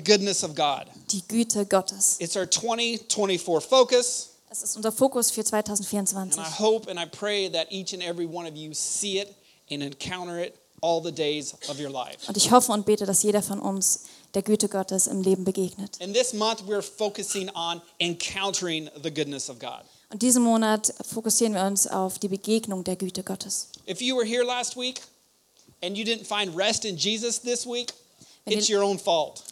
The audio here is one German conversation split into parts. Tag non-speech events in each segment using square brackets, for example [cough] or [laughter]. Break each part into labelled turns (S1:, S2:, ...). S1: goodness of God.
S2: die Güte Gottes.
S1: It's our 2024 focus,
S2: Das ist unser Fokus für
S1: and
S2: 2024.
S1: I hope and I pray that each and every one of you see it and encounter it all the days of your life.
S2: Und ich hoffe und bete, dass jeder von uns der Güte Gottes im Leben begegnet.
S1: And this month, we're focusing on encountering the goodness of God.
S2: Und diesen Monat fokussieren wir uns auf die Begegnung der Güte Gottes.
S1: If you were here last week and you didn't find rest in Jesus this week,
S2: Wenn
S1: it's
S2: ihr-
S1: your own fault.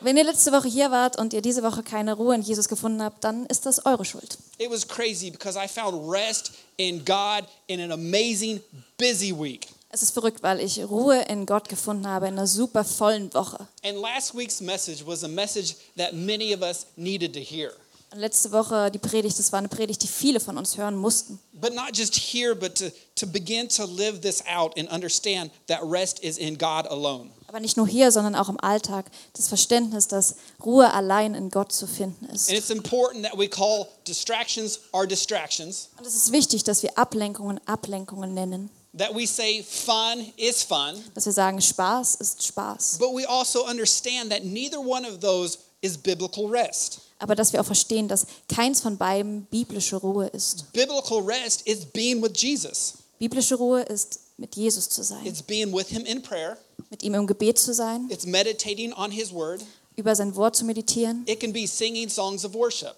S2: Wenn ihr letzte Woche hier wart und ihr diese Woche keine Ruhe in Jesus gefunden habt, dann ist das eure Schuld.
S1: It was crazy because I found rest in God in an amazing, busy week.
S2: Es ist verrückt, weil ich Ruhe in Gott gefunden habe in einer super vollen Woche.
S1: And last week's message was a message that many of us needed to hear.
S2: Und letzte Woche die Predigt, das war eine Predigt, die viele von uns hören mussten.
S1: But not just here, but to, to begin to live this out and understand that rest is in God alone.
S2: Aber nicht nur hier, sondern auch im Alltag. Das Verständnis, dass Ruhe allein in Gott zu finden ist.
S1: And it's important that we call distractions our distractions,
S2: Und es ist wichtig, dass wir Ablenkungen Ablenkungen nennen.
S1: that we say fun is fun,
S2: Dass wir sagen, Spaß ist Spaß.
S1: but we also understand that neither one of those is biblical rest.
S2: Aber dass wir auch verstehen, dass keins von beiden biblische Ruhe ist.
S1: Biblical rest is being with Jesus,
S2: Biblische Ruhe ist, mit Jesus zu sein,
S1: it's being with Him in prayer,
S2: mit ihm im Gebet zu sein,
S1: it's meditating on His word,
S2: über sein Wort zu meditieren,
S1: it can be singing songs of worship,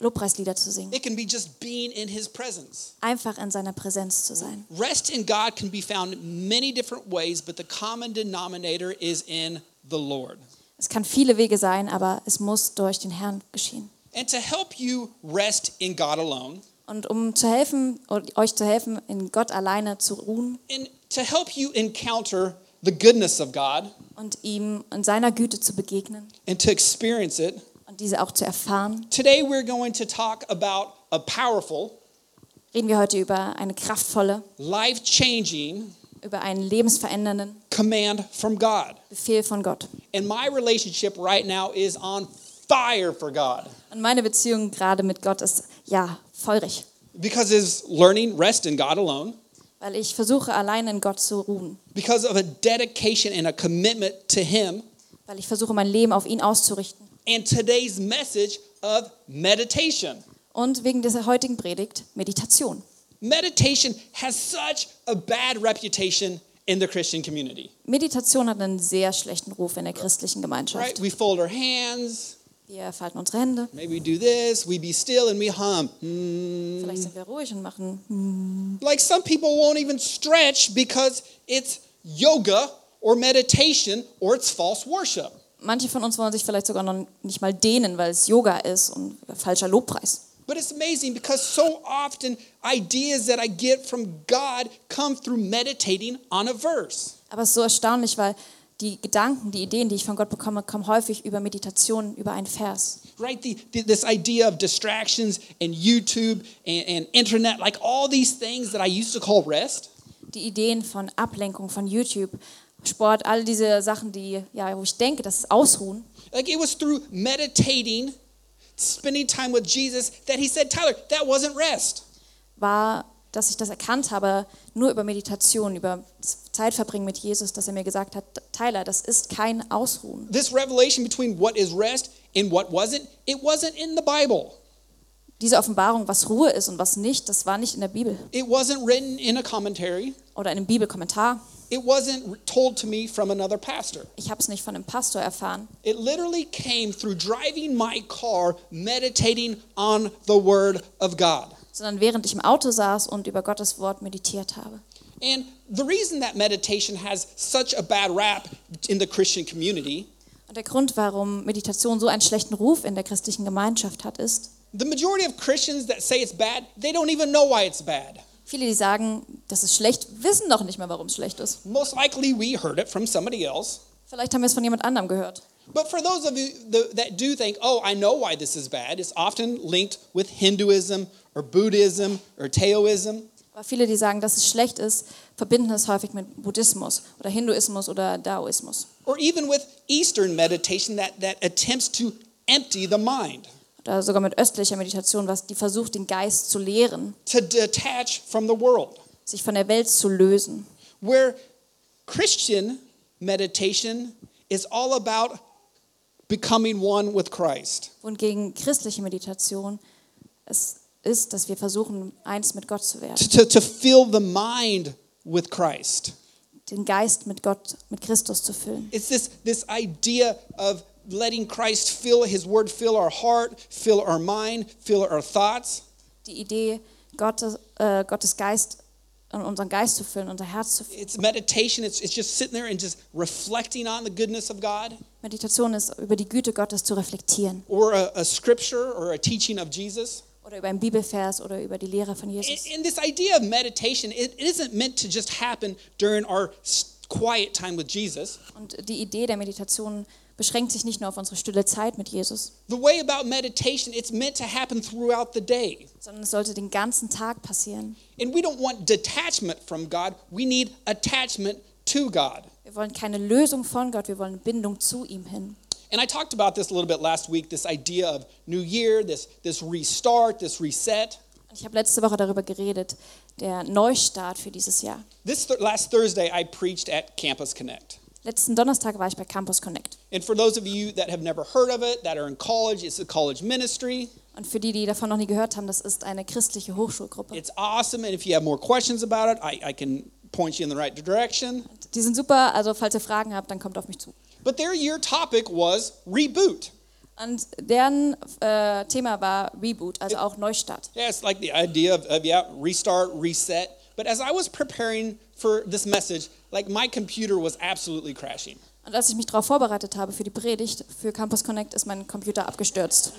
S2: Lobpreislieder zu singen,
S1: it can be just being in His presence.
S2: einfach in seiner Präsenz zu sein.
S1: Rest in God can be found many different ways, but the common denominator is in the Lord.
S2: Es kann viele Wege sein, aber es muss durch den Herrn geschehen.
S1: And to help you rest in God alone,
S2: Und um zu helfen, und euch zu helfen, in Gott alleine zu ruhen
S1: and to help you encounter the goodness of God
S2: und ihm in seiner Güte zu begegnen
S1: and to experience it,
S2: und diese auch zu erfahren,
S1: today we're going to talk about a powerful,
S2: reden wir heute über eine kraftvolle,
S1: life changing
S2: über einen lebensverändernden
S1: command from God.
S2: Befehl von Gott.
S1: And my relationship right now is on fire for God
S2: Und meine Beziehung gerade mit Gott ist ja feurig,
S1: because it's learning rest in God alone,
S2: weil ich versuche alleine in Gott zu ruhen,
S1: because of a dedication and a commitment to Him.
S2: weil ich versuche mein Leben auf ihn auszurichten.
S1: and today's message of meditation.
S2: Und wegen dieser heutigen Predigt Meditation.
S1: Meditation has such a bad reputation in the Christian community,
S2: Meditation hat einen sehr schlechten Ruf in der christlichen
S1: right?
S2: Gemeinschaft.
S1: We fold our hands,
S2: Wir falten unsere Hände,
S1: maybe we do this, we be still, and we hum. Hmm.
S2: vielleicht sind wir ruhig und machen.
S1: Like some people won't even stretch because it's yoga or meditation or it's false worship.
S2: Manche von uns wollen sich vielleicht sogar noch nicht mal dehnen, weil es Yoga ist und falscher Lobpreis.
S1: But it's amazing because so often ideas that I get from God come through meditating on a verse.
S2: Aber es ist so erstaunlich, weil die Gedanken, die Ideen, die ich von Gott bekomme, kommen häufig über Meditationen, über einen Vers.
S1: right the, the- this idea of distractions and youtube and, and internet like all these things that i used to call rest
S2: die Ideen von Ablenkung, von YouTube, Sport, all diese Sachen, die, ja, wo ich denke, das ist Ausruhen.
S1: like it was through meditating spending time with jesus that he said tyler that wasn't rest
S2: war, dass ich das erkannt habe, nur über Meditation, über Zeit verbringen mit Jesus, dass er mir gesagt hat, Tyler, das ist kein Ausruhen.
S1: this revelation between what is rest and what wasn't it wasn't in the bible
S2: Diese Offenbarung, was Ruhe ist und was nicht, das war nicht in der Bibel
S1: it wasn't written in a commentary
S2: oder in einem Bibelkommentar.
S1: it wasn't told to me from another pastor
S2: Ich habe es nicht von einem Pastor erfahren.
S1: it literally came through driving my car meditating on the word of god
S2: sondern während ich im Auto saß und über Gottes Wort meditiert habe.
S1: And the reason that meditation has such a bad rap in the Christian community,
S2: Und der Grund, warum Meditation so einen schlechten Ruf in der christlichen Gemeinschaft hat, ist,
S1: the majority of Christians that say it's bad, they don't even know why it's bad.
S2: Viele, die sagen, das ist schlecht, wissen doch nicht mehr, warum es schlecht ist.
S1: Most likely we heard it from somebody else.
S2: Vielleicht haben wir es von jemand anderem gehört.
S1: But for those of you th- that do think, oh, I know why this is bad, it's often linked with Hinduism or Buddhism or Taoism.
S2: Aber viele, die sagen, dass es schlecht ist, verbinden es häufig mit Buddhismus oder Hinduismus oder Daoismus.
S1: Or even with Eastern meditation that, that attempts to empty the mind,
S2: Oder sogar mit östlicher Meditation, was die versucht, den Geist zu lehren,
S1: to detach from the world.
S2: sich von der Welt zu lösen.
S1: where Christian meditation is all about becoming one with Christ.
S2: Wohingegen christliche Meditation es ist, dass wir versuchen, eins mit Gott zu werden,
S1: to, to, to fill the mind with Christ.
S2: den Geist mit Gott, mit Christus zu füllen.
S1: It's this, this idea of letting Christ fill his word, fill our heart, fill our mind, fill our thoughts.
S2: Die Idee, Gottes, äh, Gottes Geist, äh, unseren Geist zu füllen, unser Herz zu füllen.
S1: It's meditation, it's, it's just sitting there and just reflecting on the goodness of God
S2: Meditation ist, über die Güte Gottes zu reflektieren.
S1: or a, a scripture or a teaching of Jesus.
S2: Oder über einen Bibelvers oder über die Lehre von
S1: And,
S2: Jesus.
S1: and this idea of meditation, it it isn't meant to just happen during our s- quiet time with Jesus.
S2: Und die Idee der Meditation beschränkt sich nicht nur auf unsere stille Zeit mit Jesus,
S1: The way about meditation, it's meant to happen throughout the day.
S2: sondern es sollte den ganzen Tag passieren.
S1: And we don't want detachment from God. We need attachment to God.
S2: Wir wollen keine Lösung von Gott, wir wollen eine Bindung zu ihm hin.
S1: And I talked about this a little bit last week this idea of new year, this, this restart, this reset.
S2: Und ich habe letzte Woche darüber geredet, der Neustart für dieses Jahr.
S1: This th- last Thursday, I preached at Campus Connect.
S2: Letzten Donnerstag war ich bei Campus Connect.
S1: And for those of you that have never heard of it, that are in college, it's a college ministry.
S2: Und für die, die davon noch nie gehört haben, das ist eine christliche Hochschulgruppe.
S1: It's awesome. And if you have more questions about it, I, I can point you in the right direction.
S2: Die sind super, also falls ihr Fragen habt, dann kommt auf mich zu.
S1: But their year topic was reboot.
S2: Und deren äh, Thema war Reboot, also auch Neustart.
S1: Yeah, it's like the idea of, of yeah, restart, reset. But as I was preparing for this message, like my computer was absolutely crashing.
S2: Und als ich mich darauf vorbereitet habe für die Predigt für Campus Connect, ist mein Computer abgestürzt.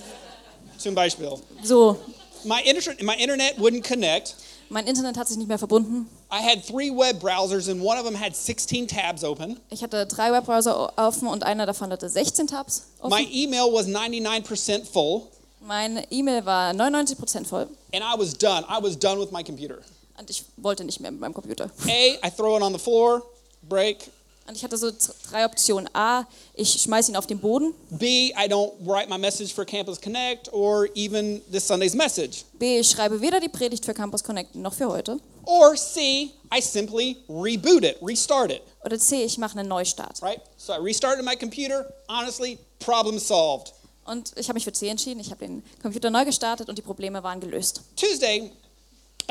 S1: Zum Beispiel,
S2: So,
S1: my, inter- my internet wouldn't connect.
S2: mein Internet hat sich nicht mehr verbunden.
S1: I had three web browsers, and one of them had 16 tabs open.
S2: Ich hatte drei Webbrowser o- offen und einer davon hatte 16 Tabs
S1: My
S2: offen.
S1: email was 99% full,
S2: Meine E-Mail war 99% voll
S1: and I was done. I was done with my computer.
S2: und ich wollte nicht mehr mit meinem Computer.
S1: A, I throw it on the floor, break.
S2: Und ich hatte so z- drei Optionen. A, ich schmeiß ihn auf den Boden.
S1: B, I don't write my message for Campus Connect or even this Sunday's message.
S2: B, ich schreibe weder die Predigt für Campus Connect noch für heute.
S1: Or C, I simply reboot it, restart it.
S2: Oder C, ich mache einen Neustart.
S1: right? So I restarted my computer. Honestly, problem solved.
S2: Und ich habe mich für C entschieden. Ich habe den Computer neu gestartet und die Probleme waren gelöst.
S1: Tuesday,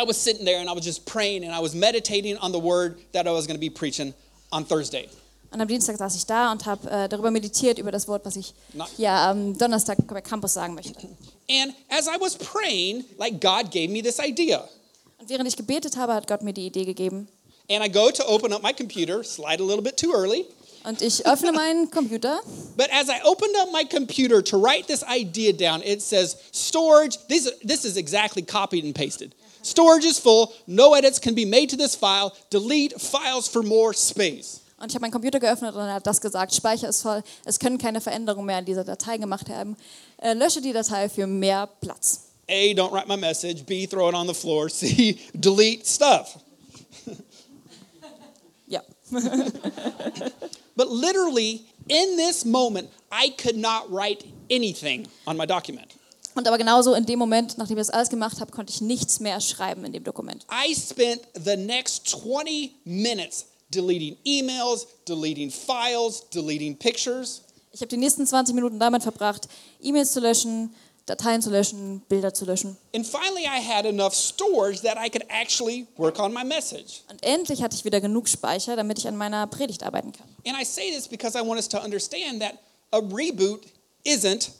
S1: I was sitting there and I was just praying and I was meditating on the word that I was going to be preaching on Thursday.
S2: Und am Dienstag saß ich da und habe äh, darüber meditiert, über das Wort, was ich
S1: Na-
S2: ja am Donnerstag bei Campus sagen möchte.
S1: And as I was praying, like God gave me this idea.
S2: Und während ich gebetet habe, hat Gott mir die Idee gegeben.
S1: And I go to open up my computer, slide a little bit too early.
S2: Und ich öffne meinen Computer.
S1: But as I opened up my computer to write this idea down, it says storage. This, this is exactly copied and pasted. Storage is full. No edits can be made to this file. Delete files for more space.
S2: Und ich habe meinen Computer geöffnet und er hat das gesagt. Speicher ist voll. Es können keine Veränderungen mehr an dieser Datei gemacht werden. Äh, lösche die Datei für mehr Platz.
S1: A, don't write my message. B, throw it on the floor. [laughs] C, delete stuff.
S2: Ja.
S1: But literally, in this moment, I could not write anything on my document.
S2: Und aber genauso in dem Moment, nachdem ich das alles gemacht habe, konnte ich nichts mehr schreiben in dem Dokument.
S1: I spent the next 20 minutes deleting emails, deleting files, deleting pictures.
S2: Ich habe die nächsten 20 Minuten damit verbracht, E-Mails zu löschen, Dateien zu löschen, Bilder zu löschen.
S1: And finally, I had enough storage that I could actually work on my message.
S2: Und endlich hatte ich wieder genug Speicher, damit ich an meiner Predigt arbeiten kann.
S1: And I say this because I want us to understand that a reboot isn't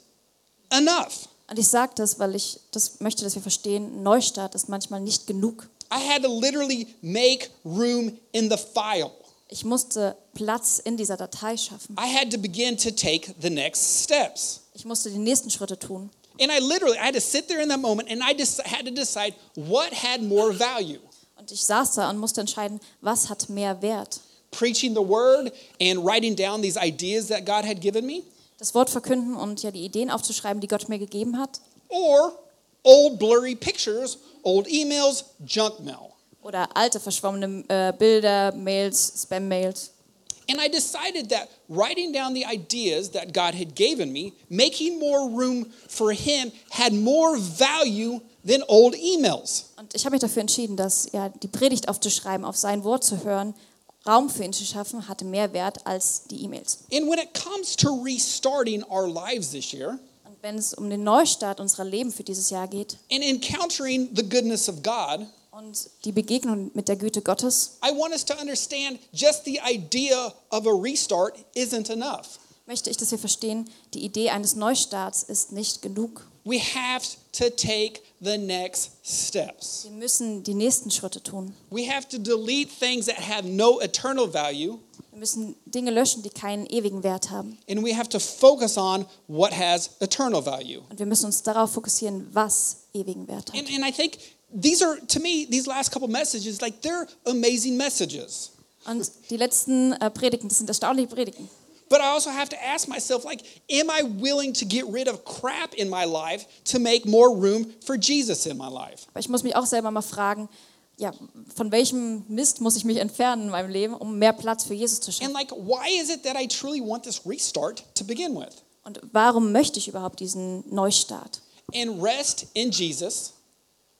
S1: enough.
S2: Und ich sage das, weil ich das möchte, dass wir verstehen, Neustart ist manchmal nicht genug.
S1: I had to literally make room in the file.
S2: Ich musste Platz in dieser Datei schaffen.
S1: I had to begin to take the next steps.
S2: Ich musste die nächsten Schritte tun.
S1: And I literally I had to sit there in that moment and I just had to decide what had more value,
S2: Und ich saß da und musste entscheiden, was hat mehr Wert.
S1: preaching the word and writing down these ideas that God had given me
S2: Das Wort verkünden und ja die Ideen aufzuschreiben, die Gott mir gegeben hat.
S1: or old blurry pictures, old emails, junk mail.
S2: Oder alte, verschwommene äh, Bilder, Mails, Spam-Mails.
S1: And I decided that writing down the ideas that God had given me, making more room for him had more value than old emails.
S2: Und ich habe mich dafür entschieden, dass ja, die Predigt aufzuschreiben, auf sein Wort zu hören, Raum für ihn zu schaffen, hatte mehr Wert als die E-Mails.
S1: And when it comes to restarting our lives this year
S2: Und wenn es um den Neustart unserer Leben für dieses Jahr geht
S1: and encountering the goodness of God,
S2: und die Begegnung mit der Güte Gottes,
S1: I want us to understand just the idea of a restart isn't enough.
S2: möchte ich, dass wir verstehen, die Idee eines Neustarts ist nicht genug.
S1: We have to take the next steps.
S2: Wir müssen die nächsten Schritte tun.
S1: We have to delete things that have no eternal value,
S2: Wir müssen Dinge löschen, die keinen ewigen Wert haben.
S1: and we have to focus on what has eternal value.
S2: Und wir müssen uns darauf fokussieren, was ewigen Wert hat.
S1: And, and I think these are, to me, these last couple messages, like they're amazing messages.
S2: Und die letzten äh, Predigten, das sind erstaunliche Predigten.
S1: But I also have to ask myself, like, am I willing to get rid of crap in my life to make more room for Jesus in my life?
S2: Aber ich muss mich auch selber mal fragen, ja, von welchem Mist muss ich mich entfernen in meinem Leben, um mehr Platz für Jesus zu
S1: And
S2: schaffen?
S1: like, why is it that I truly want this restart to begin with?
S2: Und warum möchte ich überhaupt diesen Neustart?
S1: And rest in Jesus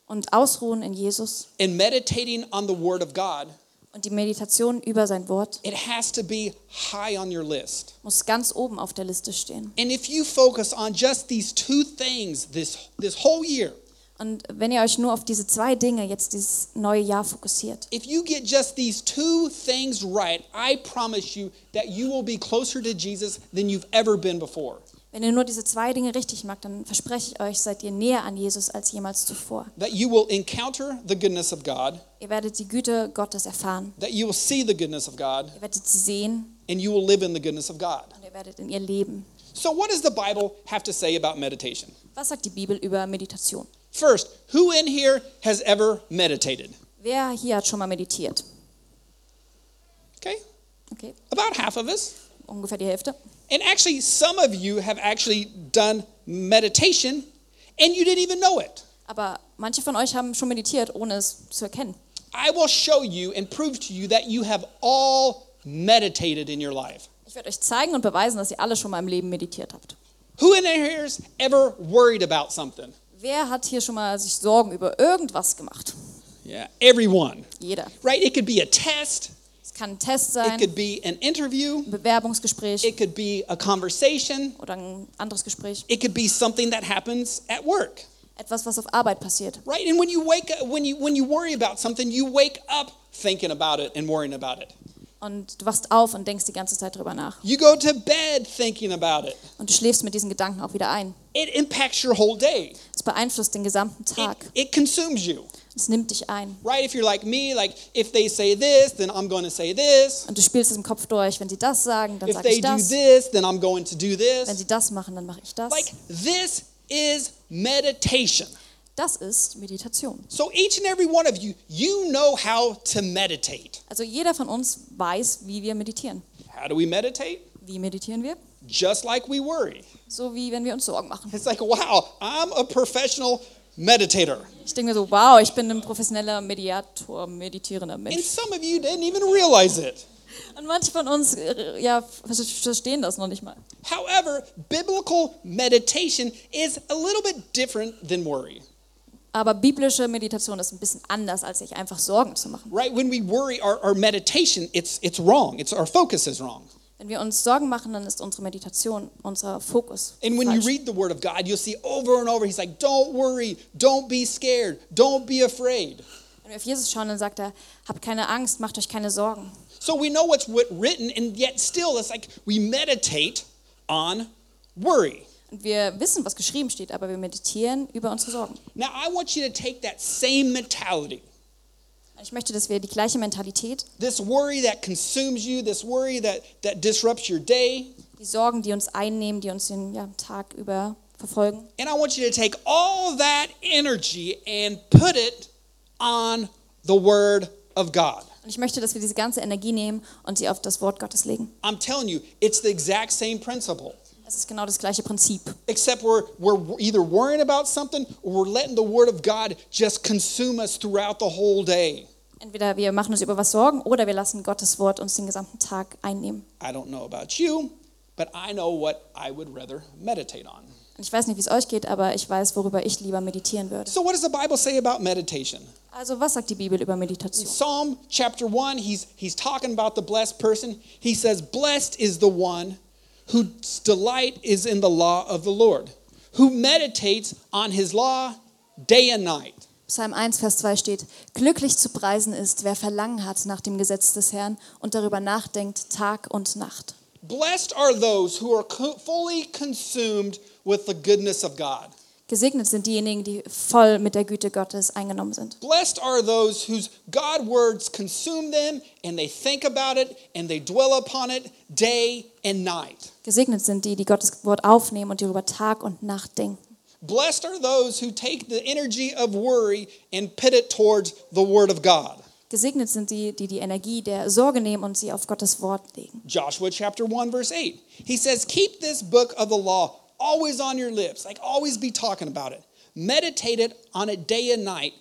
S2: Und Ausruhen in Jesus
S1: and meditating on the Word of God,
S2: und die Meditation über sein Wort
S1: it has to be high on your list.
S2: muss ganz oben auf der Liste stehen.
S1: And if you focus on just these two things this, this whole year,
S2: Und wenn ihr euch nur auf diese zwei Dinge jetzt dieses neue Jahr fokussiert,
S1: if you get just these two things right, I promise you that you will be closer to Jesus than you've ever been before.
S2: wenn ihr nur diese zwei Dinge richtig macht, dann verspreche ich euch, seid ihr näher an Jesus als jemals zuvor.
S1: That you will encounter the goodness of God,
S2: Ihr werdet die Güte Gottes erfahren.
S1: that you will see the goodness of God,
S2: Ihr werdet sie sehen
S1: and you will live in the goodness of God.
S2: und ihr werdet in ihr leben.
S1: So, what does the Bible have to say about meditation?
S2: Was sagt die Bibel über Meditation?
S1: First, who in here has ever meditated?
S2: Wer hier hat schon mal meditiert?
S1: Okay,
S2: Okay,
S1: about half of us.
S2: ungefähr die Hälfte.
S1: And actually, some of you have actually done meditation and you didn't even know it.
S2: Aber manche von euch haben schon meditiert, ohne es zu erkennen.
S1: I will show you and prove to you that you have all meditated in your life.
S2: Ich werde euch zeigen und beweisen, dass ihr alle schon mal im Leben meditiert habt.
S1: Who in here is ever worried about something?
S2: Wer hat hier schon mal sich Sorgen über irgendwas gemacht?
S1: Yeah, everyone.
S2: Jeder.
S1: Right? It could be a test,
S2: Es kann ein Test
S1: it
S2: sein,
S1: could be an interview,
S2: ein Bewerbungsgespräch
S1: it could be a conversation,
S2: oder ein anderes Gespräch.
S1: it could be something that happens at work.
S2: Etwas, was auf Arbeit passiert.
S1: Right? And when you wake up, when you when you worry about something, you wake up thinking about it and worrying about it.
S2: Und du wachst auf und denkst die ganze Zeit drüber nach.
S1: You go to bed thinking about it.
S2: Und du schläfst mit diesen Gedanken auch wieder ein.
S1: It impacts your whole day.
S2: Es beeinflusst den gesamten
S1: It,
S2: Tag.
S1: it consumes you.
S2: Es nimmt dich ein.
S1: Right? If you're like me, like if they say this, then I'm going to say this.
S2: Und du spielst es im Kopf durch. Wenn sie das sagen, dann
S1: If
S2: sage
S1: they
S2: ich
S1: do
S2: das.
S1: this, then I'm going to do
S2: Wenn
S1: this.
S2: sie das machen, dann mache ich das.
S1: Like this is meditation.
S2: Das ist Meditation.
S1: So each and every one of you, you know how to meditate.
S2: Also jeder von uns weiß, wie wir meditieren.
S1: How do we meditate?
S2: Wie meditieren wir?
S1: Just like we worry.
S2: So wie wenn wir uns Sorgen machen.
S1: It's like, wow, I'm a professional meditator.
S2: Ich denke mir so, wow, ich bin ein professioneller Mediator, meditierender
S1: And
S2: Mensch.
S1: some of you didn't even realize it.
S2: Und manche von uns äh, ja, ver- verstehen das noch nicht mal.
S1: However, biblical meditation is a little bit different than worry,
S2: Aber biblische Meditation ist ein bisschen anders, als sich einfach Sorgen zu machen.
S1: right? When we worry, our, our meditation, it's, it's wrong. It's, our focus is wrong.
S2: Wenn wir uns Sorgen machen, dann ist unsere Meditation unser Fokus.
S1: And when you
S2: falsch.
S1: read the Word of God, you'll see over and over, He's like, don't worry, don't be scared, don't be afraid.
S2: Wenn wir auf Jesus schauen, dann sagt er, habt keine Angst, macht euch keine Sorgen.
S1: So we know what's writ- written, and yet still, it's like we meditate on worry.
S2: Und wir wissen, was geschrieben steht, aber wir meditieren über unsere Sorgen.
S1: Now, I want you to take that same mentality
S2: Und Ich möchte, dass wir die gleiche Mentalität,
S1: this worry that consumes you, this worry that, that disrupts your day.
S2: die Sorgen, die uns einnehmen, die uns den ja, Tag über verfolgen,
S1: And I want you to take all that energy and put it on the Word of God.
S2: und ich möchte, dass wir diese ganze Energie nehmen und sie auf das Wort Gottes legen.
S1: I'm telling you, it's the exact same principle,
S2: Das ist genau das gleiche Prinzip.
S1: except we're, we're either worrying about something or we're letting the Word of God just consume us throughout the whole day.
S2: Entweder wir machen uns über was Sorgen oder wir lassen Gottes Wort uns den gesamten Tag einnehmen.
S1: I don't know about you, but I know what I would rather meditate on.
S2: Und ich weiß nicht, wie es euch geht, aber ich weiß, worüber ich lieber meditieren würde.
S1: So, what does the Bible say about meditation?
S2: Also was sagt die Bibel über Meditation?
S1: Psalm chapter 1, he's, he's talking about the blessed person. He says, Blessed is the one whose delight is in the law of the Lord, who meditates on his law day and night.
S2: Psalm 1, Vers 2 steht, glücklich zu preisen ist, wer Verlangen hat nach dem Gesetz des Herrn und darüber nachdenkt Tag und Nacht.
S1: Blessed are those who are co- fully consumed with the goodness of God.
S2: Gesegnet sind diejenigen, die voll mit der Güte Gottes eingenommen sind.
S1: Blessed are those whose God words consume them and they think about it and they dwell upon it day and night.
S2: Gesegnet sind die, die Gottes Wort aufnehmen und darüber Tag und Nacht denken.
S1: Blessed are those who take the energy of worry and pit it towards the Word of God.
S2: Gesegnet sind die, die die Energie der Sorge nehmen und sie auf Gottes Wort legen.
S1: Joshua chapter 1, verse 8. He says, Keep this book of the law always on your lips, like always be talking about it. Meditate it on it day and night,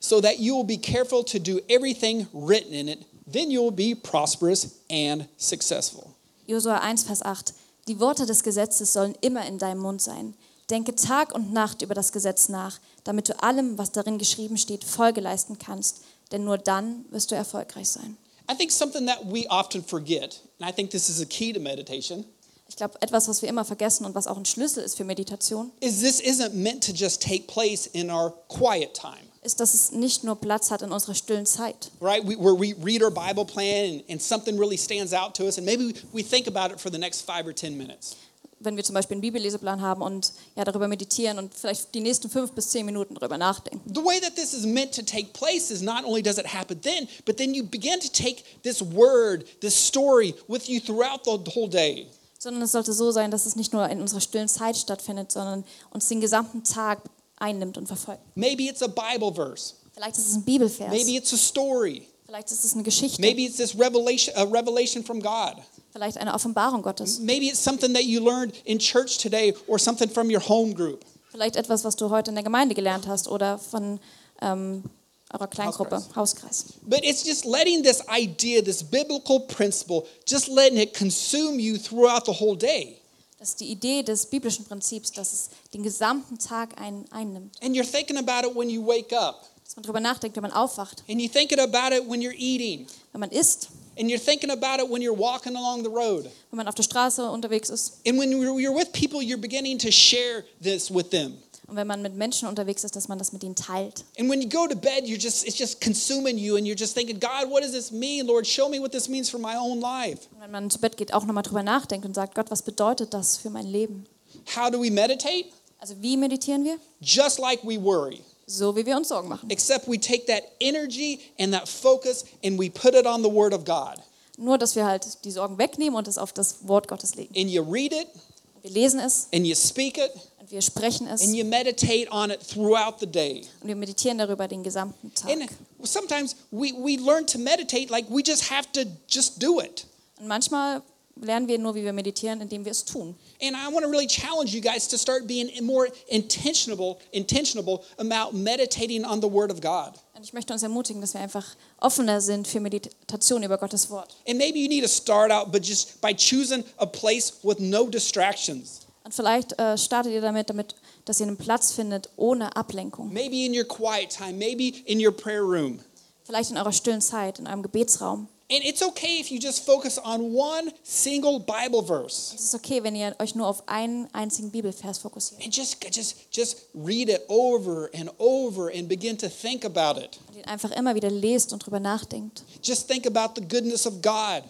S1: so that you will be careful to do everything written in it. Then you will be prosperous and successful.
S2: Josua 1, Vers 8. Die Worte des Gesetzes sollen immer in deinem Mund sein. Denke Tag und Nacht über das Gesetz nach, damit du allem, was darin geschrieben steht, Folge leisten kannst. Denn nur dann wirst du erfolgreich sein.
S1: I think something that we often forget, and I think this is a key to meditation,
S2: Ich glaube, etwas, was wir immer vergessen und was auch ein Schlüssel ist für Meditation,
S1: is this isn't meant to just take place in our quiet time.
S2: ist, dass es nicht nur Platz hat in unserer stillen Zeit.
S1: right? We, where we read our Bible plan and, and something really stands out to us, and maybe we think about it for the next five or 10 minutes.
S2: Wenn wir zum Beispiel einen Bibelleseplan haben und ja, darüber meditieren und vielleicht die nächsten fünf bis zehn Minuten darüber nachdenken.
S1: The way that this is meant to take place is not only does it happen then, but then you begin to take this word, this story with you throughout the whole day.
S2: Sondern es sollte so sein, dass es nicht nur in unserer stillen Zeit stattfindet, sondern uns den gesamten Tag einnimmt und verfolgt.
S1: Maybe it's a Bible verse,
S2: Vielleicht ist es ein Bibelvers.
S1: maybe it's a story,
S2: Vielleicht ist es eine Geschichte.
S1: maybe it's this revelation, a revelation from God.
S2: Vielleicht eine Offenbarung Gottes.
S1: Maybe it's something that you learned in church today or something from your home group.
S2: Vielleicht etwas, was du heute in der Gemeinde gelernt hast oder von ähm, eurer Kleingruppe,
S1: Hauskreis.
S2: Hauskreis.
S1: But it's just letting this idea, this biblical principle, just letting it consume you throughout the whole day.
S2: Das ist die Idee des biblischen Prinzips, dass es den gesamten Tag ein, einnimmt.
S1: And you're thinking about it when you wake up,
S2: Dass man darüber nachdenkt, wenn man aufwacht,
S1: and you're thinking about it when you're eating,
S2: wenn man isst,
S1: and you're thinking about it when you're walking along the road.
S2: wenn man auf der Straße unterwegs ist
S1: And when you're you're with people, you're beginning to share this with them.
S2: und wenn man mit Menschen unterwegs ist, dass man das mit ihnen teilt.
S1: And when you go to bed, you're just it's just consuming you and you're just thinking, God, what does this mean? Lord, show me what this means for my own life.
S2: Und wenn man zu Bett geht, auch nochmal drüber nachdenkt und sagt, Gott, was bedeutet das für mein Leben?
S1: How do we meditate?
S2: Also wie meditieren wir?
S1: Just like we worry.
S2: So wie wir uns Sorgen machen.
S1: except we take that energy and that focus and we put it on the Word of God.
S2: Nur, dass wir halt die Sorgen wegnehmen und es auf das Wort Gottes legen.
S1: And you read it,
S2: Und Wir lesen es
S1: and you speak it,
S2: und wir sprechen es
S1: and
S2: und
S1: you meditate on it throughout the day.
S2: wir meditieren darüber den gesamten Tag.
S1: And sometimes we, we learn to meditate like we just have to just do it.
S2: Und manchmal lernen wir nur, wie wir meditieren, indem wir es tun.
S1: And I want to really challenge you guys to start being more intentional, intentional about meditating on the Word of God.
S2: Und ich möchte uns ermutigen, dass wir einfach offener sind für Meditation über Gottes Wort.
S1: And maybe you need to start out, but just by choosing a place with no distractions.
S2: Und vielleicht äh, startet ihr damit, damit, dass ihr einen Platz findet ohne Ablenkung.
S1: Maybe in your quiet time, maybe in your prayer room.
S2: Vielleicht in eurer stillen Zeit, in eurem Gebetsraum.
S1: And it's okay if you just focus on one single Bible verse
S2: Es ist okay, wenn ihr euch nur auf einen einzigen Bibelvers fokussiert
S1: and just just just read it over and over and begin to think about it.
S2: und ihn einfach immer wieder lest und drüber nachdenkt.
S1: Just think about the goodness of God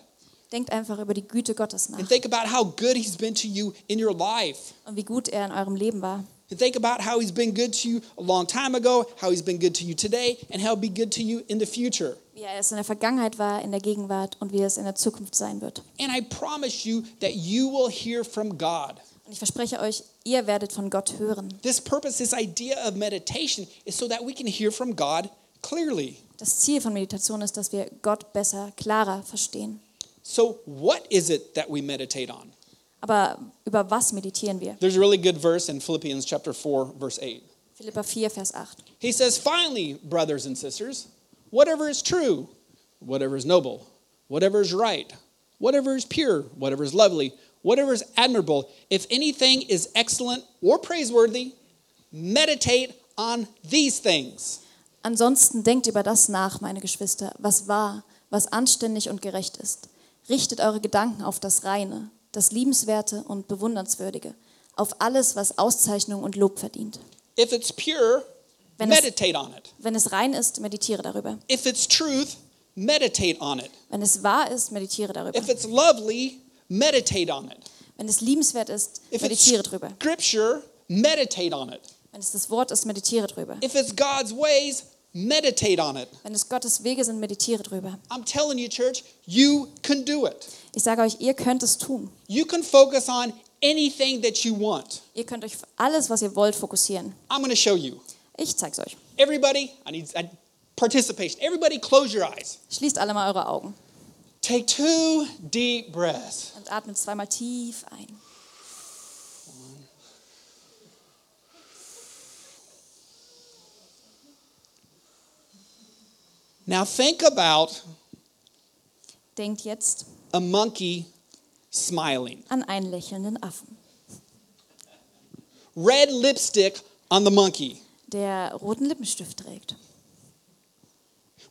S2: Denkt einfach über die Güte Gottes
S1: and
S2: nach
S1: think about how good he's been to you in your life.
S2: und wie gut er in eurem Leben war.
S1: And think about how he's been good to you a long time ago, how he's been good to you today, and how he'll be good to you in the future.
S2: Wie er es in der Vergangenheit war, in der Gegenwart und wie er es in der Zukunft sein wird.
S1: And I promise you that you will hear from God.
S2: Und ich verspreche euch, ihr werdet von Gott hören.
S1: This purpose, this idea of meditation, is so that we can hear from God clearly.
S2: Das Ziel von Meditation ist, dass wir Gott besser, klarer verstehen.
S1: So, what is it that we meditate on?
S2: Aber über was meditieren wir?
S1: There's a really good verse in Philippians chapter 4, verse 8.
S2: Philippa 4, Vers 8.
S1: He says, Finally, brothers and sisters, whatever is true, whatever is noble, whatever is right, whatever is pure, whatever is lovely, whatever is admirable, if anything is excellent or praiseworthy, meditate on these things.
S2: Ansonsten denkt über das nach, meine Geschwister, was wahr, was anständig und gerecht ist. Richtet eure Gedanken auf das Reine, das Liebenswerte und Bewundernswürdige, auf alles, was Auszeichnung und Lob verdient.
S1: If it's pure,
S2: Wenn es-
S1: meditate on it.
S2: Wenn es rein ist, meditiere darüber.
S1: If it's truth, meditate on it.
S2: Wenn es wahr ist, meditiere darüber.
S1: If it's lovely, meditate on it.
S2: Wenn es liebenswert ist,
S1: If it's
S2: meditiere drüber.
S1: scripture, meditate on it.
S2: Wenn es das Wort ist, meditiere drüber.
S1: If it's God's ways, meditate on it.
S2: Wenn es Gottes Wege sind, meditiere drüber.
S1: I'm telling you, church, you can do it.
S2: Ich sage euch, ihr könnt es tun.
S1: You can focus on anything that you want.
S2: Ihr könnt euch auf alles, was ihr wollt, fokussieren.
S1: I'm going to show you.
S2: Ich zeig's euch.
S1: Everybody, I need I, participation. Everybody, close your eyes.
S2: Schließt alle mal eure Augen
S1: Take two deep breaths.
S2: und atmet zweimal tief ein.
S1: Now think about
S2: Denkt jetzt
S1: a monkey smiling.
S2: an einen lächelnden Affen,
S1: Red lipstick on the monkey.
S2: der roten Lippenstift trägt.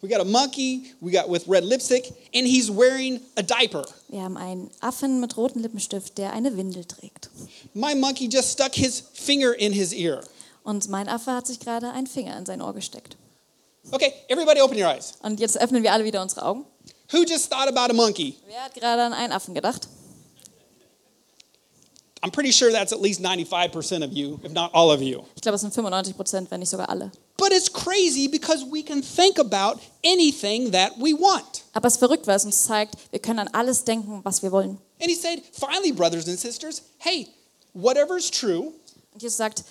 S1: We got a monkey, we got with red lipstick, and he's wearing a diaper.
S2: Wir haben einen Affen mit rotem Lippenstift, der eine Windel trägt.
S1: My monkey just stuck his finger in his ear.
S2: Und mein Affe hat sich gerade einen Finger in sein Ohr gesteckt.
S1: Okay, everybody open your eyes.
S2: Und jetzt öffnen wir alle wieder unsere Augen.
S1: Who just thought about a monkey?
S2: Wer hat gerade an einen Affen gedacht?
S1: I'm pretty sure that's at least 95% of you, if not all of you.
S2: Ich glaube, es sind 95 Prozent, wenn nicht sogar alle.
S1: But it's crazy because we can think about anything that we want.
S2: Aber es ist verrückt, weil es uns zeigt, wir können an alles denken, was wir wollen.
S1: And he said, finally, brothers and sisters, hey, whatever's true,
S2: Und Jesus sagt,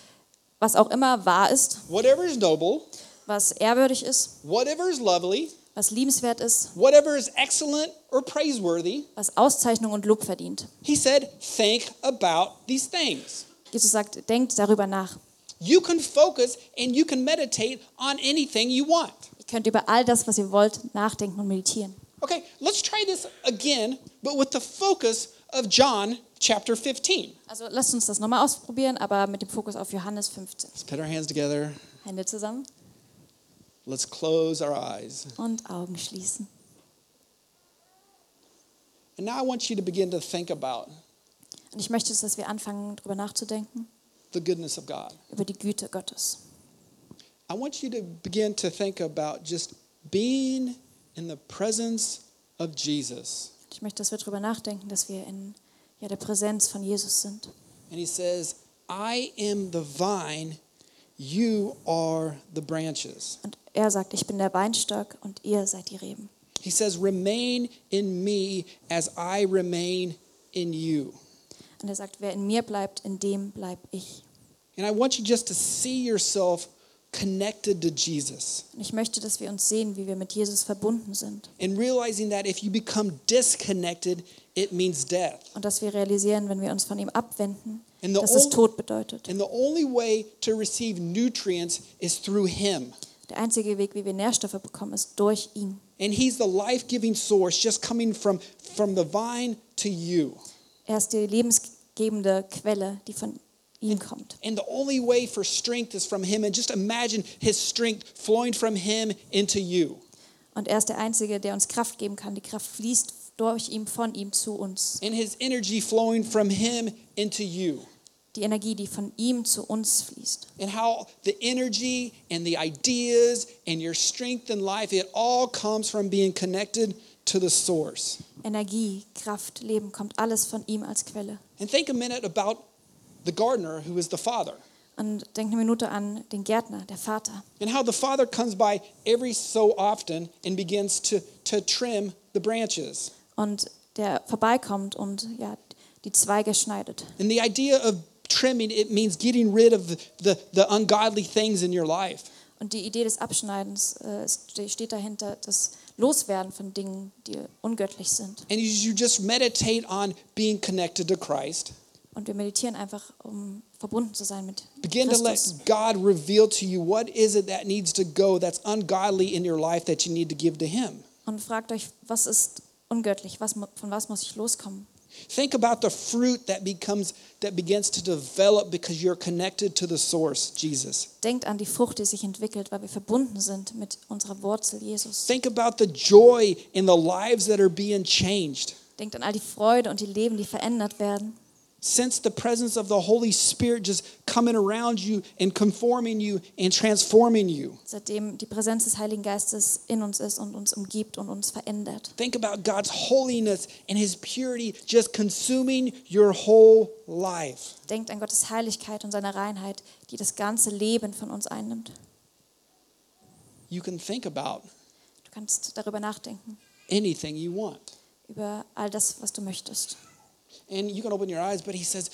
S2: was auch immer wahr ist,
S1: whatever is noble,
S2: was ehrwürdig ist,
S1: whatever is lovely,
S2: was liebenswert ist,
S1: whatever is excellent or praiseworthy,
S2: was Auszeichnung und Lob verdient.
S1: he said, think about these things.
S2: Jesus sagt, denkt darüber nach.
S1: You can focus and you can meditate on anything you want.
S2: Ihr könnt über all das, was ihr wollt, nachdenken und meditieren.
S1: Okay, let's try this again, but with the focus of John chapter 15.
S2: Also lasst uns das nochmal ausprobieren, aber mit dem Fokus auf Johannes 15.
S1: Let's put our hands together.
S2: Hände zusammen
S1: Let's close our eyes.
S2: und Augen schließen.
S1: And now I want you to begin to think about
S2: Und ich möchte, jetzt, dass wir anfangen, darüber nachzudenken,
S1: the goodness of God.
S2: über die Güte Gottes.
S1: I want you to begin to think about just being in the presence of Jesus.
S2: Und ich möchte, dass wir darüber nachdenken, dass wir in ja, der Präsenz von Jesus sind.
S1: And he says, I am the vine, you are the branches.
S2: Und er sagt, ich bin der Weinstock und ihr seid die Reben.
S1: He says, Remain in me as I remain in you.
S2: Und er sagt, wer in mir bleibt, in dem bleib ich.
S1: And I want you just to see yourself connected to Jesus
S2: Und ich möchte, dass wir uns sehen, wie wir mit Jesus verbunden sind.
S1: and realizing that if you become disconnected, it means death.
S2: Und dass wir realisieren, wenn wir uns von ihm abwenden,
S1: In the
S2: dass es
S1: old-
S2: Tod bedeutet.
S1: And the only way to receive nutrients is through Him.
S2: Der einzige Weg, wie wir Nährstoffe bekommen, ist durch ihn.
S1: And He's the life giving source, just coming from, from the vine to you.
S2: Er ist die lebensgebende Quelle, die von ihm kommt.
S1: And the only way for strength is from Him. And just imagine His strength flowing from Him into you.
S2: Und er ist der einzige, der uns Kraft geben kann. Die Kraft fließt durch ihn, von ihm zu uns.
S1: and his energy flowing from him into you
S2: Die Energie, die von ihm zu uns fließt.
S1: and how the energy and the ideas and your strength in life it all comes from being connected to the source
S2: Energie, Kraft, Leben kommt alles von ihm als Quelle.
S1: and think a minute about the gardener who is the father
S2: Und denk eine Minute an den Gärtner, der Vater.
S1: and how the father comes by every so often and begins to, to trim the branches
S2: Und der vorbeikommt und ja, die Zweige schneidet.
S1: and the idea of trimming it means getting rid of the, the, the ungodly things in your life
S2: Und die Idee des Abschneidens äh, ist- steht dahinter, das Loswerden von Dingen, die ungöttlich sind.
S1: and as you just meditate on being connected to christ
S2: Und wir meditieren einfach, um verbunden zu sein mit
S1: Begin to let
S2: Christus.
S1: God reveal to you what is it that needs to go that's ungodly in your life that you need to give to Him.
S2: Und fragt euch, was ist ungöttlich? Was, mu- von was muss ich loskommen?
S1: Think about the fruit that becomes that begins to develop because you're connected to the source, Jesus.
S2: Denkt an die Frucht, die sich entwickelt, weil wir verbunden sind mit unserer Wurzel Jesus.
S1: Think about the joy in the lives that are being changed.
S2: Denkt an all die Freude und die Leben, die verändert werden.
S1: Sense the presence of the Holy Spirit just coming around you and conforming you and transforming you.
S2: Seitdem die Präsenz des Heiligen Geistes in uns ist und uns umgibt und uns verändert.
S1: Think about God's holiness and his purity just consuming your whole life.
S2: Denkt an Gottes Heiligkeit und seine Reinheit, die das ganze Leben von uns einnimmt.
S1: You can think about
S2: Du kannst darüber nachdenken,
S1: anything you want.
S2: über all das, was du möchtest.
S1: And you can open your eyes, but he says,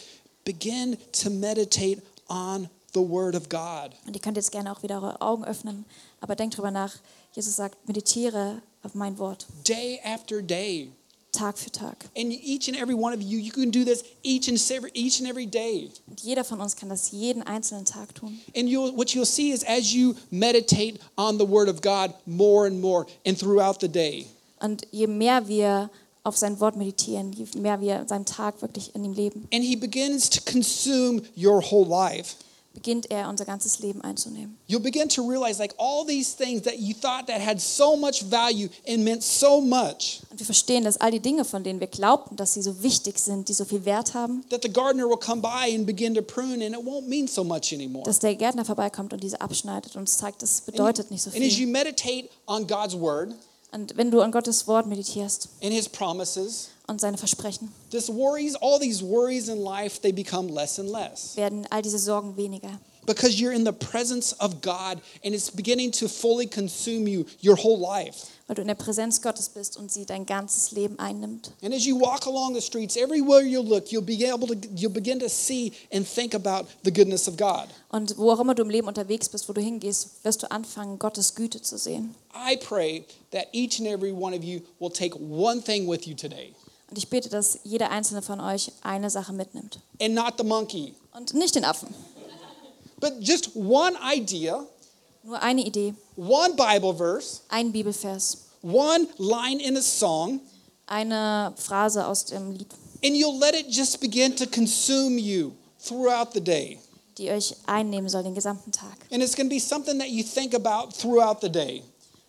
S1: begin to meditate on the word of God.
S2: Und ihr könnt jetzt gerne auch wieder eure Augen öffnen, aber denkt darüber nach. Jesus sagt, meditiere auf mein Wort,
S1: day after day.
S2: Tag für Tag.
S1: And each and every one of you, you can do this each and every, each and every day.
S2: Und jeder von uns kann das jeden einzelnen Tag tun.
S1: And you'll, what you'll see is as you meditate on the Word of God more and more and throughout the day,
S2: Und je mehr wir auf sein Wort meditieren, je mehr wir seinen Tag wirklich in ihm leben,
S1: and He begins to consume your whole life,
S2: beginnt er unser ganzes Leben einzunehmen.
S1: you'll begin to realize like all these things that you thought that had so much value and meant so much
S2: Und wir verstehen, dass all die Dinge, von denen wir glaubten, dass sie so wichtig sind, die so viel Wert haben,
S1: that the gardener will come by and begin to prune and it won't mean so much anymore.
S2: dass der Gärtner vorbeikommt und diese abschneidet und uns zeigt, das bedeutet nicht so
S1: and as you
S2: viel.
S1: meditate on God's Word
S2: Und wenn du an Gottes Wort meditierst
S1: and His promises,
S2: und seine Versprechen,
S1: This worries, all these worries in life, they become less and less
S2: werden all diese Sorgen weniger.
S1: because you're in the presence of God and it's beginning to fully consume you your whole life.
S2: weil du in der Präsenz Gottes bist und sie dein ganzes Leben einnimmt.
S1: And as you walk along the streets, everywhere you look, you'll be able to you'll begin to see and think about the goodness of God.
S2: Und wo auch immer du im Leben unterwegs bist, wo du hingehst, wirst du anfangen, Gottes Güte zu sehen.
S1: I pray that each and every one of you will take one thing with you today
S2: Und ich bete, dass jeder einzelne von euch eine Sache mitnimmt.
S1: and not the monkey,
S2: Und nicht den Affen.
S1: but just one idea,
S2: Nur eine Idee,
S1: one Bible verse,
S2: ein Bibelvers,
S1: one line in a song,
S2: eine Phrase aus dem Lied,
S1: and you'll let it just begin to consume you throughout the day.
S2: die euch einnehmen soll den gesamten Tag.
S1: And it's going to be something that you think about throughout the day.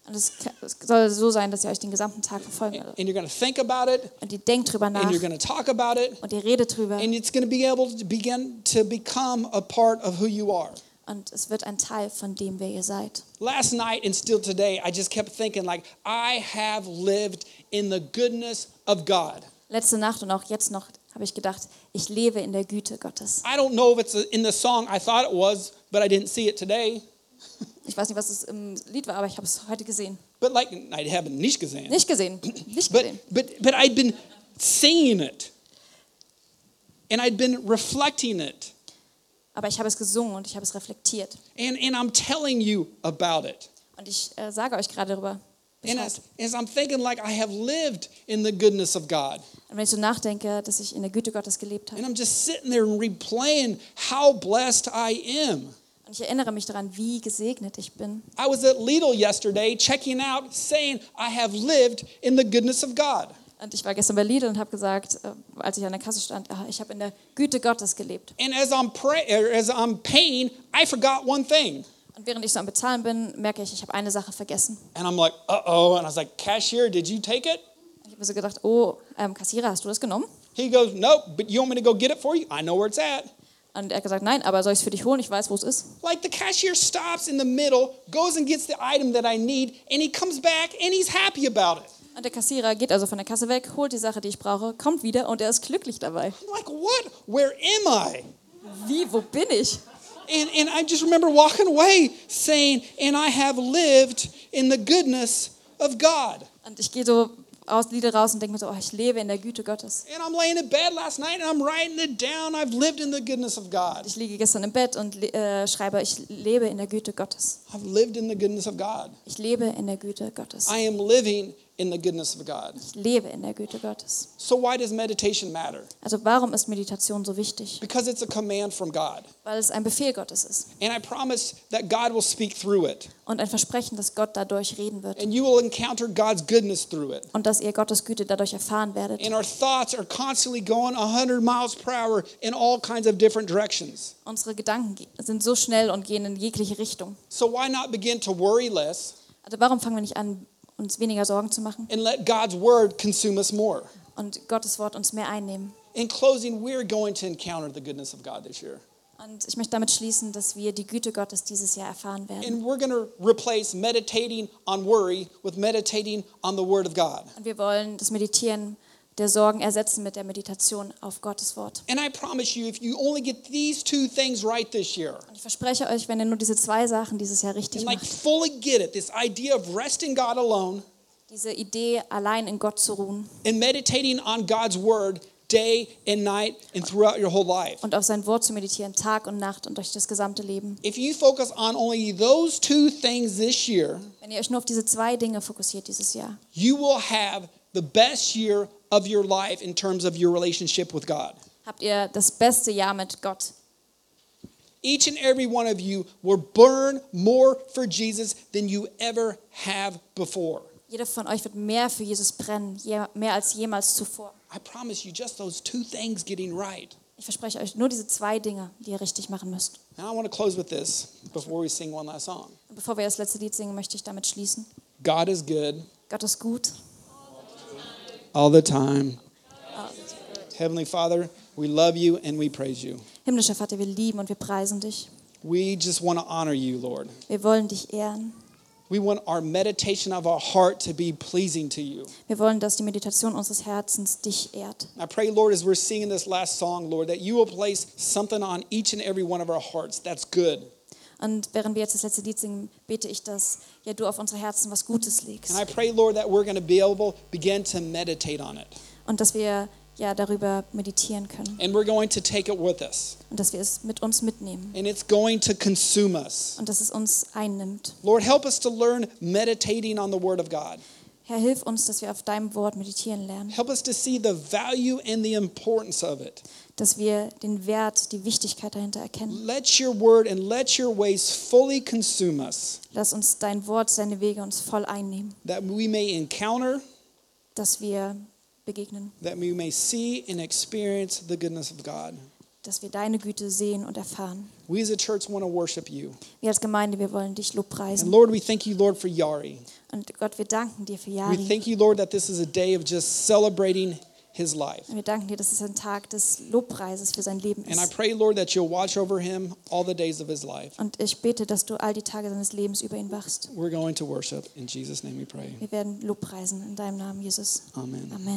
S2: Und es ka- es soll so sein, dass ihr euch den gesamten Tag verfolgen werdet.
S1: And you're going to think about it,
S2: Und ihr denkt drüber nach
S1: and you're going to talk about it,
S2: und ihr redet drüber.
S1: and it's going to be able to begin to become a part of who you are.
S2: Und es wird ein Teil von dem, wer ihr seid.
S1: Last night and still today, I just kept thinking, like, I have lived in the goodness of God.
S2: Letzte Nacht und auch jetzt noch habe ich gedacht, ich lebe in der Güte Gottes.
S1: I don't know if it's in the song, I thought it was, but I didn't see it today.
S2: Ich weiß nicht, was es im Lied war, aber ich habe es heute gesehen.
S1: But like, I haven't nicht gesehen.
S2: Nicht gesehen. Nicht
S1: But,
S2: gesehen.
S1: but, but I'd been seeing it, and I'd been reflecting it.
S2: Aber ich habe es gesungen und ich habe es reflektiert.
S1: And, and I'm telling you about it.
S2: Und ich äh, sage euch gerade darüber.
S1: And
S2: Bescheid.
S1: as, as I'm thinking, like, I have lived in the goodness of God.
S2: Und wenn ich so nachdenke, dass ich in der Güte Gottes gelebt
S1: And
S2: habe.
S1: I'm just sitting there and replaying how blessed I am.
S2: Und ich erinnere mich daran, wie gesegnet ich bin.
S1: I was at Lidl yesterday checking out, saying, I have lived in the goodness of God.
S2: Und ich war gestern bei Lidl und habe gesagt, äh, als ich an der Kasse stand, ah, ich habe in der Güte Gottes gelebt.
S1: And as I'm, pray, or as I'm paying, I forgot one thing.
S2: Und während ich so am Bezahlen bin, merke ich, ich habe eine Sache vergessen.
S1: And I'm like, uh oh. And I was like, Cashier, did you take it?
S2: Und ich habe mir so gedacht, oh, ähm, Kassierer, hast du das genommen?
S1: He goes, Nope, but you want me to go get it for you? I know where it's at.
S2: Und er hat gesagt, nein, aber soll ich es für dich holen? Ich weiß, wo es ist.
S1: Like the cashier stops in the middle, goes and gets the item that I need, and he comes back and he's happy about it.
S2: Und der Kassierer geht also von der Kasse weg, holt die Sache, die ich brauche, kommt wieder und er ist glücklich dabei.
S1: I'm like, what? Where am I?
S2: Wie, wo bin ich?
S1: And, and I just remember walking away saying, and I have lived in the goodness of God.
S2: Und ich gehe so aus Lidl raus und denke mir so, oh, ich lebe in der Güte Gottes.
S1: And I'm laying in bed last night and I'm writing it down. I've lived in the goodness of God.
S2: Ich liege gestern im Bett und le- äh, schreibe, ich lebe in der Güte Gottes.
S1: I've lived in the goodness of God.
S2: Ich lebe in der Güte Gottes.
S1: I am living in the goodness of God.
S2: Ich lebe in der Güte Gottes.
S1: So, why does meditation matter?
S2: Also warum ist Meditation so wichtig?
S1: Because it's a command from God.
S2: Weil es ein Befehl Gottes ist
S1: And I promise that God will speak through it,
S2: und ein Versprechen, dass Gott dadurch reden wird
S1: and you will encounter God's goodness through it.
S2: und dass ihr Gottes Güte dadurch erfahren werdet.
S1: And our thoughts are constantly going 100 miles per hour in all kinds of different directions.
S2: Unsere Gedanken ge- sind so schnell und gehen in jegliche Richtung.
S1: So, why not begin to worry less
S2: Also warum fangen wir nicht an, uns weniger Sorgen zu machen
S1: and let God's word consume us more?
S2: und Gottes Wort uns mehr einnehmen?
S1: In closing, we're going to encounter the goodness of God this year.
S2: Und ich möchte damit schließen, dass wir die Güte Gottes dieses Jahr erfahren werden.
S1: And we're going to replace meditating on worry with meditating on the word of God.
S2: Und wir wollen das Meditieren der Sorgen ersetzen mit der Meditation auf Gottes Wort.
S1: And I promise you, if you only get these two things right this year,
S2: Und ich verspreche euch, wenn ihr nur diese zwei Sachen dieses Jahr richtig
S1: and like
S2: macht,
S1: fully get it, this idea of resting God alone
S2: diese Idee, allein in Gott zu ruhen
S1: and meditating on God's word day and night and throughout your whole life.
S2: und auf sein Wort zu meditieren, Tag und Nacht und durch das gesamte Leben.
S1: If you focus on only those two things this year,
S2: Wenn ihr euch nur auf diese zwei Dinge fokussiert dieses Jahr,
S1: you will have the best year of your life in terms of your relationship with God.
S2: habt ihr das beste Jahr mit Gott.
S1: Each and every one of you will burn more for Jesus than you ever have before.
S2: Jeder von euch wird mehr für Jesus brennen, je- mehr als jemals zuvor.
S1: I promise you, just those two things getting right.
S2: Ich verspreche euch nur diese zwei Dinge, die ihr richtig machen müsst.
S1: And I want to close with this before we sing one last song.
S2: Und bevor wir das letzte Lied singen, möchte ich damit schließen.
S1: God is good
S2: Gott ist gut.
S1: all the time. Heavenly Father, we love you and we praise you.
S2: Himmlischer Vater, wir lieben und wir preisen dich.
S1: We just want to honor you, Lord.
S2: Wir wollen dich ehren.
S1: We want our meditation of our heart to be pleasing to you.
S2: Wir wollen, dass die Meditation unseres Herzens dich ehrt.
S1: I pray, Lord, as we're singing this last song, Lord, that you will place something on each and every one of our hearts that's good.
S2: Und während wir jetzt das letzte Lied singen, bete ich, dass ja du auf unsere Herzen was Gutes
S1: And
S2: legst
S1: I pray, Lord, that we're going to be able begin to meditate on it.
S2: und dass wir ja darüber meditieren können
S1: And we're going to take it with us.
S2: und dass wir es mit uns mitnehmen
S1: And it's going to consume us.
S2: und dass es uns einnimmt.
S1: Lord, help us to learn meditating on the Word of God.
S2: Herr, hilf uns, dass wir auf deinem Wort meditieren lernen,
S1: Help us to see the value and the importance of it.
S2: dass wir den Wert, die Wichtigkeit dahinter erkennen.
S1: Let your Word and let your ways fully consume us,
S2: Lass uns dein Wort, seine Wege uns voll einnehmen,
S1: that we may encounter,
S2: dass wir begegnen,
S1: that we may see and experience the goodness of God.
S2: dass wir deine Güte sehen und erfahren.
S1: We as a church want to worship you.
S2: Wir als Gemeinde, wir wollen dich
S1: And
S2: lobpreisen.
S1: Lord, we thank you, Lord, for Yari.
S2: Und Gott, wir danken dir für
S1: We
S2: Jari.
S1: thank you, Lord, that this is a day of just celebrating his life.
S2: Und wir danken dir, dass es ein Tag des Lobpreises für sein Leben
S1: And I
S2: ist.
S1: pray, Lord, that you'll watch over him all the days of his life.
S2: Und ich bete, dass du all die Tage seines Lebens über ihn wachst.
S1: We're going to worship. In Jesus' name we pray.
S2: Wir werden Lobpreisen in deinem Namen, Jesus.
S1: Amen.
S2: Amen.